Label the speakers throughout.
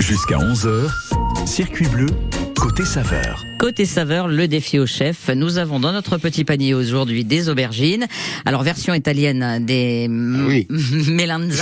Speaker 1: Jusqu'à 11h, circuit bleu, côté saveur.
Speaker 2: Côté saveur, le défi au chef. Nous avons dans notre petit panier aujourd'hui des aubergines. Alors, version italienne des m-
Speaker 3: Ah Oui.
Speaker 2: melanzane.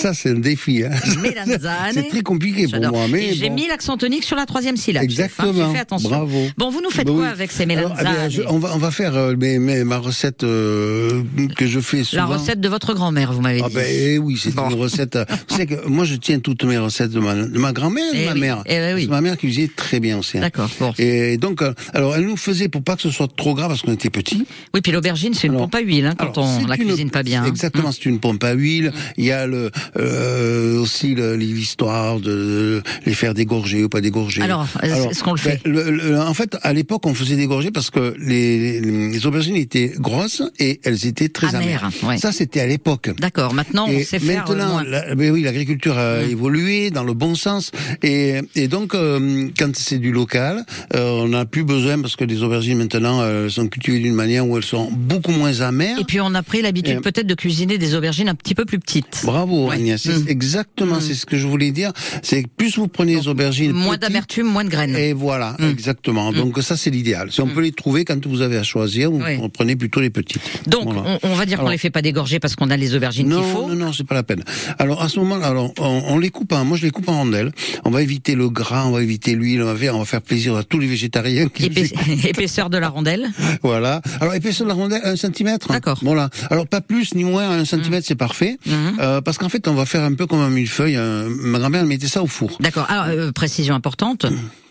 Speaker 3: Ça, c'est un défi. hein.
Speaker 2: Melanzane.
Speaker 3: C'est très compliqué pour
Speaker 2: J'adore.
Speaker 3: moi. Mais
Speaker 2: Et J'ai
Speaker 3: bon.
Speaker 2: mis l'accent tonique sur la troisième syllabe. chef, hein.
Speaker 3: Exactement.
Speaker 2: J'ai fait attention.
Speaker 3: Bravo.
Speaker 2: Bon, vous nous faites
Speaker 3: Bah
Speaker 2: quoi
Speaker 3: oui.
Speaker 2: avec ces
Speaker 3: Alors, eh
Speaker 2: melanzane
Speaker 3: bien, je- on, va, on va faire euh, mes- mes- ma recette euh, que je fais
Speaker 2: La
Speaker 3: souvent.
Speaker 2: recette de votre grand-mère, vous m'avez
Speaker 3: Ah
Speaker 2: dit.
Speaker 3: ben eh oui, c'est
Speaker 2: Bon.
Speaker 3: une recette. euh, Vous savez que moi je tiens toutes mes recettes de ma, de ma grand-mère, et de
Speaker 2: Eh
Speaker 3: ma
Speaker 2: oui,
Speaker 3: mère.
Speaker 2: eh ben oui.
Speaker 3: C'est ma mère qui faisait très bien aussi. hein.
Speaker 2: D'accord. Bon.
Speaker 3: Et donc, euh, alors elle nous faisait pour pas que ce soit trop gras parce qu'on était petits.
Speaker 2: Oui, puis l'aubergine, c'est une
Speaker 3: Alors,
Speaker 2: pompe à huile hein, quand
Speaker 3: Alors,
Speaker 2: on
Speaker 3: c'est
Speaker 2: la
Speaker 3: une-
Speaker 2: cuisine pas bien. hein.
Speaker 3: Exactement, c'est une pompe à huile. Il y a le, euh, aussi le- l'histoire de, les faire dégorger ou pas dégorger.
Speaker 2: Alors, est-ce qu'on le
Speaker 3: ben,
Speaker 2: fait
Speaker 3: le- En fait, à l'époque, on faisait dégorger parce que les, les aubergines étaient grosses et elles étaient très
Speaker 2: Amères,
Speaker 3: amères.
Speaker 2: ouais.
Speaker 3: Ça, c'était à l'époque.
Speaker 2: D'accord. Maintenant, on
Speaker 3: Et
Speaker 2: sait faire. euh,
Speaker 3: maintenant,
Speaker 2: moins.
Speaker 3: la- ben oui, l'agriculture a évolué dans le bon sens, et, et donc euh, quand c'est du local, euh, on n'a plus besoin parce que les aubergines maintenant euh, elles sont cultivées d'une manière où elles sont beaucoup moins amères.
Speaker 2: Et puis on a pris l'habitude
Speaker 3: Et-
Speaker 2: peut-être de cuisiner des aubergines un petit peu plus petites.
Speaker 3: Bravo
Speaker 2: Ouais.
Speaker 3: Agnès, C'est
Speaker 2: Mm.
Speaker 3: exactement c'est ce que je voulais dire. C'est que plus vous prenez les aubergines,
Speaker 2: Moins Mm.
Speaker 3: petites,
Speaker 2: d'amertume, moins de graines.
Speaker 3: Et voilà, exactement. Donc ça c'est l'idéal. Si on peut les trouver quand vous avez à choisir, vous
Speaker 2: Mm. Ouais.
Speaker 3: prenez plutôt les petites.
Speaker 2: Donc
Speaker 3: Voilà.
Speaker 2: on, on va dire qu'on
Speaker 3: Alors-
Speaker 2: les fait pas dégorger parce qu'on a les aubergines
Speaker 3: Non,
Speaker 2: qu'il faut.
Speaker 3: non, non, c'est pas la peine. Alors à ce moment-là, alors on, on les coupe. En, moi, je les coupe en rondelles. On va éviter le gras, on va éviter l'huile, on va faire, on va faire plaisir à tous les végétariens. Qui nous
Speaker 2: Épaisse-
Speaker 3: écoutent.
Speaker 2: épaisseur de la rondelle.
Speaker 3: Voilà. Alors épaisseur de la rondelle, un centimètre.
Speaker 2: D'accord. Mm.
Speaker 3: Voilà. Alors pas plus ni moins, un centimètre, c'est parfait.
Speaker 2: Mhm.
Speaker 3: Euh, parce qu'en fait, on va faire un peu comme un millefeuille. euh, ma grand-mère elle mettait ça au four.
Speaker 2: D'accord. Alors, euh, précision importante,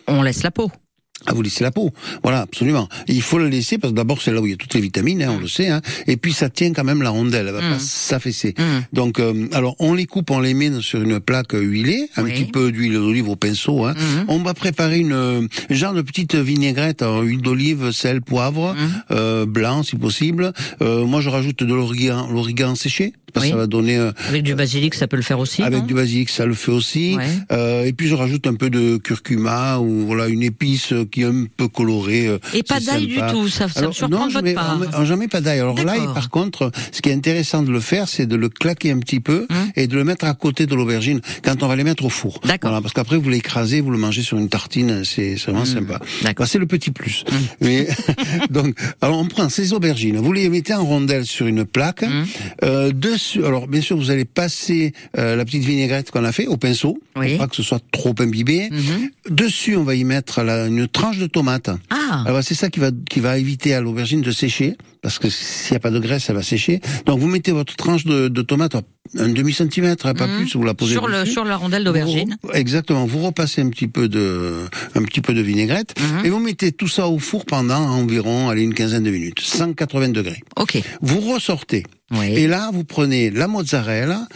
Speaker 2: on laisse la peau.
Speaker 3: Ah, vous laissez la peau. Voilà, absolument. Il faut la laisser parce que d'abord c'est là où il y a toutes les vitamines, hein, on le sait. Hein, et puis ça tient quand même la rondelle, elle va
Speaker 2: Mm.
Speaker 3: pas s'affaisser.
Speaker 2: Mhm.
Speaker 3: Donc, euh, alors on les coupe, on les met dans- sur une plaque euh, huilée, un
Speaker 2: Oui. Mm-hmm.
Speaker 3: petit peu d'huile d'olive au pinceau. Hein. On va préparer une euh, genre de petite vinaigrette, alors, huile d'olive, sel, poivre,
Speaker 2: Mm-hmm.
Speaker 3: euh, blanc si possible. Euh, moi je rajoute de l'origan, l'origan séché parce
Speaker 2: Oui.
Speaker 3: que ça va donner euh,
Speaker 2: Avec du basilic, ça peut le faire aussi.
Speaker 3: avec
Speaker 2: non
Speaker 3: du basilic, ça le fait aussi.
Speaker 2: Ouais.
Speaker 3: Euh, et puis je rajoute un peu de curcuma ou voilà une épice euh, qui est un peu colorée. euh,
Speaker 2: Et pas
Speaker 3: c'est
Speaker 2: d'ail du
Speaker 3: sympa.
Speaker 2: tout, ça- ça me
Speaker 3: Alors,
Speaker 2: surprend
Speaker 3: non,
Speaker 2: de votre
Speaker 3: jamais-
Speaker 2: part.
Speaker 3: en- en- jamais pas d'ail. Alors l'ail,
Speaker 2: D'accord.
Speaker 3: par contre, ce qui est intéressant de le faire, c'est de le claquer un petit peu
Speaker 2: Hein
Speaker 3: et de le mettre à côté de l'aubergine quand on va les mettre au four.
Speaker 2: D'accord. Mmh,
Speaker 3: Voilà, parce qu'après vous l'écrasez, vous le mangez sur une tartine, c'est c'est vraiment sympa.
Speaker 2: D'accord. Mmh.
Speaker 3: Bah, c'est le petit plus. Mais donc, alors on prend ces aubergines, vous les mettez en rondelles sur une plaque.
Speaker 2: Mmh.
Speaker 3: Euh, dessus, alors bien sûr, vous allez passer euh, la petite vinaigrette qu'on a fait au pinceau,
Speaker 2: Oui. Mmh.
Speaker 3: pour pas que ce soit trop imbibé. Dessus, on va y mettre la- une tranche de tomate.
Speaker 2: Ah.
Speaker 3: Alors c'est ça qui va qui va éviter à l'aubergine de sécher parce que s'il n'y a pas de graisse, elle va sécher. Donc vous mettez votre tranche de, de tomate un demi centimètre, hein, pas plus, vous la posez
Speaker 2: Mmh. Sur, le,
Speaker 3: dessus.
Speaker 2: sur la rondelle d'aubergine.
Speaker 3: Vous re- exactement. Vous repassez un petit peu de, un petit peu de vinaigrette
Speaker 2: Mmh.
Speaker 3: et vous mettez tout ça au four pendant environ, allez, une quinzaine de minutes, 180 degrés.
Speaker 2: Ok.
Speaker 3: Vous ressortez.
Speaker 2: Oui. Mhm.
Speaker 3: Et là, vous prenez la mozzarella,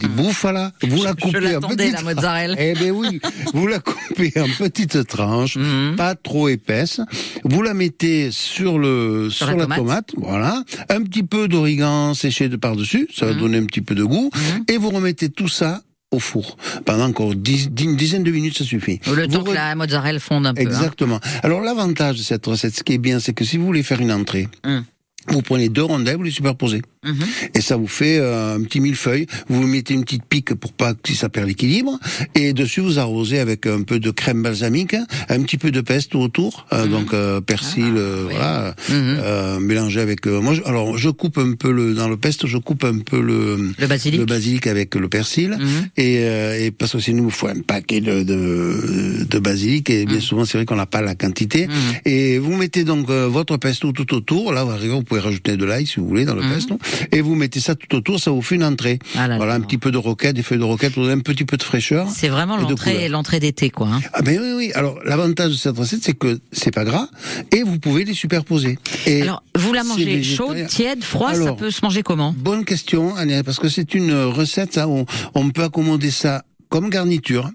Speaker 3: du bouffala, vous la
Speaker 2: Mmh. Je- je
Speaker 3: coupez en
Speaker 2: l'attendais,
Speaker 3: petites...
Speaker 2: la mozzarella.
Speaker 3: Eh ben oui, vous la coupez en petites tranches,
Speaker 2: Mhm. Hein
Speaker 3: pas trop épaisses. Vous la mettez sur le sur,
Speaker 2: la
Speaker 3: la,
Speaker 2: tomate.
Speaker 3: tomate. voilà. Un petit peu d'origan séché de par-dessus, ça va donner un petit peu de goût. Et vous remettez tout ça au four. Pendant encore dix- dix- une dizaine de minutes, ça suffit.
Speaker 2: Le
Speaker 3: Vous
Speaker 2: temps que
Speaker 3: re-
Speaker 2: la mozzarella fonde un peu. hein.
Speaker 3: Exactement. Alors l'avantage de cette recette, ce qui est bien, c'est que si vous voulez faire une entrée,
Speaker 2: Mm.
Speaker 3: vous prenez deux rondelles, vous les superposez.
Speaker 2: Mhm.
Speaker 3: Et ça vous fait euh, un petit millefeuille. Vous mettez une petite pique pour pas que ça perde l'équilibre. Et dessus, vous arrosez avec un peu de crème balsamique, hein, un petit peu de pesto autour. euh, Donc euh, persil, euh, voilà,
Speaker 2: Mhm.
Speaker 3: euh, mélangé avec... euh, moi, je- alors je coupe un peu le... Dans le pesto, je coupe un peu le...
Speaker 2: Le basilic. Mhm.
Speaker 3: Le basilic avec le persil. et, euh, et parce que sinon, il faut un paquet de, de, de basilic. Et bien souvent, c'est vrai qu'on n'a pas la quantité.
Speaker 2: Mhm.
Speaker 3: Et vous mettez donc euh, votre pesto tout autour. Là, par exemple, vous pouvez rajouter de l'ail si vous voulez dans
Speaker 2: Mhm.
Speaker 3: le pesto. Et vous mettez ça tout autour. Ça vous fait une entrée.
Speaker 2: Ah là là.
Speaker 3: voilà, un petit peu de roquette, des feuilles de roquette pour donner un petit peu de fraîcheur.
Speaker 2: C'est vraiment
Speaker 3: Et de
Speaker 2: l'entrée,
Speaker 3: couleur.
Speaker 2: l'entrée d'été, quoi. hein.
Speaker 3: Ah ben oui, oui. Alors, l'avantage de cette recette, c'est que c'est pas gras. Et vous pouvez les superposer. Et
Speaker 2: Alors, vous la
Speaker 3: c'est
Speaker 2: mangez chaude,
Speaker 3: végétarien.
Speaker 2: tiède, froid, ça
Speaker 3: Alors,
Speaker 2: peut se manger comment
Speaker 3: Bonne question, Agnès, parce que c'est une recette, ça, on, on peut accommoder ça comme garniture.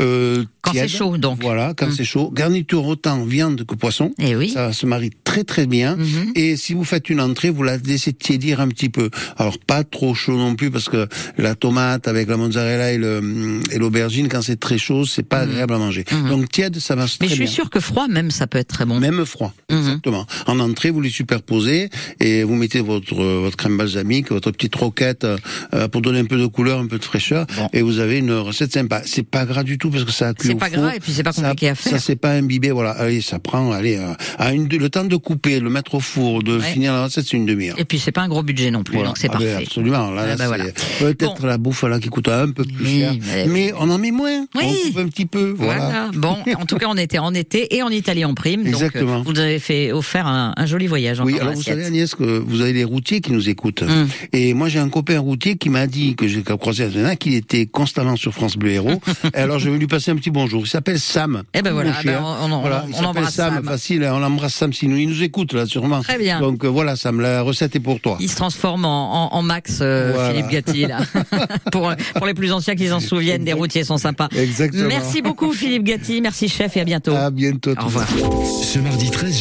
Speaker 3: Euh,
Speaker 2: Quand c'est
Speaker 3: tiède.
Speaker 2: chaud, donc.
Speaker 3: Voilà, quand c'est chaud. Garniture autant viande que poisson.
Speaker 2: Eh oui.
Speaker 3: Ça se marie très très bien.
Speaker 2: Mhm.
Speaker 3: Et si vous faites une entrée, vous la laissez tiédir un petit peu. Alors pas trop chaud non plus parce que la tomate avec la mozzarella et le et l'aubergine quand c'est très chaud, c'est pas agréable à manger.
Speaker 2: Mhm.
Speaker 3: Donc tiède, ça marche
Speaker 2: Mais
Speaker 3: très
Speaker 2: je suis
Speaker 3: bien.
Speaker 2: sûr que froid même ça peut être très bon.
Speaker 3: Même froid,
Speaker 2: Mhm.
Speaker 3: exactement. En entrée, vous les superposez et vous mettez votre euh, votre crème balsamique, votre petite roquette euh, pour donner un peu de couleur, un peu de fraîcheur,
Speaker 2: Bon.
Speaker 3: et vous avez une recette sympa. C'est pas gras du tout parce que ça a cuit
Speaker 2: C'est
Speaker 3: au
Speaker 2: pas
Speaker 3: four.
Speaker 2: gras et puis c'est pas
Speaker 3: Ça-
Speaker 2: compliqué à
Speaker 3: Ça
Speaker 2: faire.
Speaker 3: c'est pas imbibé, voilà. Allez, ça prend, allez, euh, à une, le temps de couper, le mettre au four, de
Speaker 2: Ouais.
Speaker 3: finir la recette, c'est une demi-heure.
Speaker 2: Et puis c'est pas un gros budget non plus,
Speaker 3: Voilà.
Speaker 2: donc c'est
Speaker 3: Ah ben,
Speaker 2: parfait.
Speaker 3: absolument. Là,
Speaker 2: Ah ben
Speaker 3: là, c'est
Speaker 2: voilà.
Speaker 3: peut-être la bouffe là qui coûte un peu plus
Speaker 2: Oui,
Speaker 3: cher,
Speaker 2: mais-
Speaker 3: mais, on en met moins.
Speaker 2: Oui.
Speaker 3: On coupe un petit peu, voilà.
Speaker 2: Voilà. Bon, en tout cas, on était en été et en Italie en prime.
Speaker 3: Exactement.
Speaker 2: Donc, euh, vous avez fait offert un, un joli voyage. encore
Speaker 3: Oui,
Speaker 2: dans
Speaker 3: alors vous savez
Speaker 2: l'assiette.
Speaker 3: Agnès que vous avez les routiers qui nous écoutent.
Speaker 2: Hum.
Speaker 3: Et moi j'ai un copain routier qui m'a dit que j'ai croisé à Athéna, qu'il était constamment sur France Bleu Héros. et alors je vais lui passer un petit bonjour. Il s'appelle Sam.
Speaker 2: Eh ben voilà,
Speaker 3: Mon
Speaker 2: ah
Speaker 3: chien.
Speaker 2: ben, on, on-
Speaker 3: Voilà,
Speaker 2: on
Speaker 3: il s'appelle
Speaker 2: embrasse
Speaker 3: Sam,
Speaker 2: Sam.
Speaker 3: facile, hein, on embrasse Sam sinon il nous écoute là sûrement.
Speaker 2: Très bien.
Speaker 3: Donc euh, voilà Sam, la recette est pour toi.
Speaker 2: Il se transforme en, en- en Max euh,
Speaker 3: Voilà.
Speaker 2: Philippe Gatti là. pour pour les plus anciens qui s'en souviennent, des routiers sont sympas.
Speaker 3: Exactement.
Speaker 2: Merci beaucoup Philippe Gatti, merci chef et à bientôt.
Speaker 3: À bientôt.
Speaker 2: Au revoir.
Speaker 1: Ce mardi 13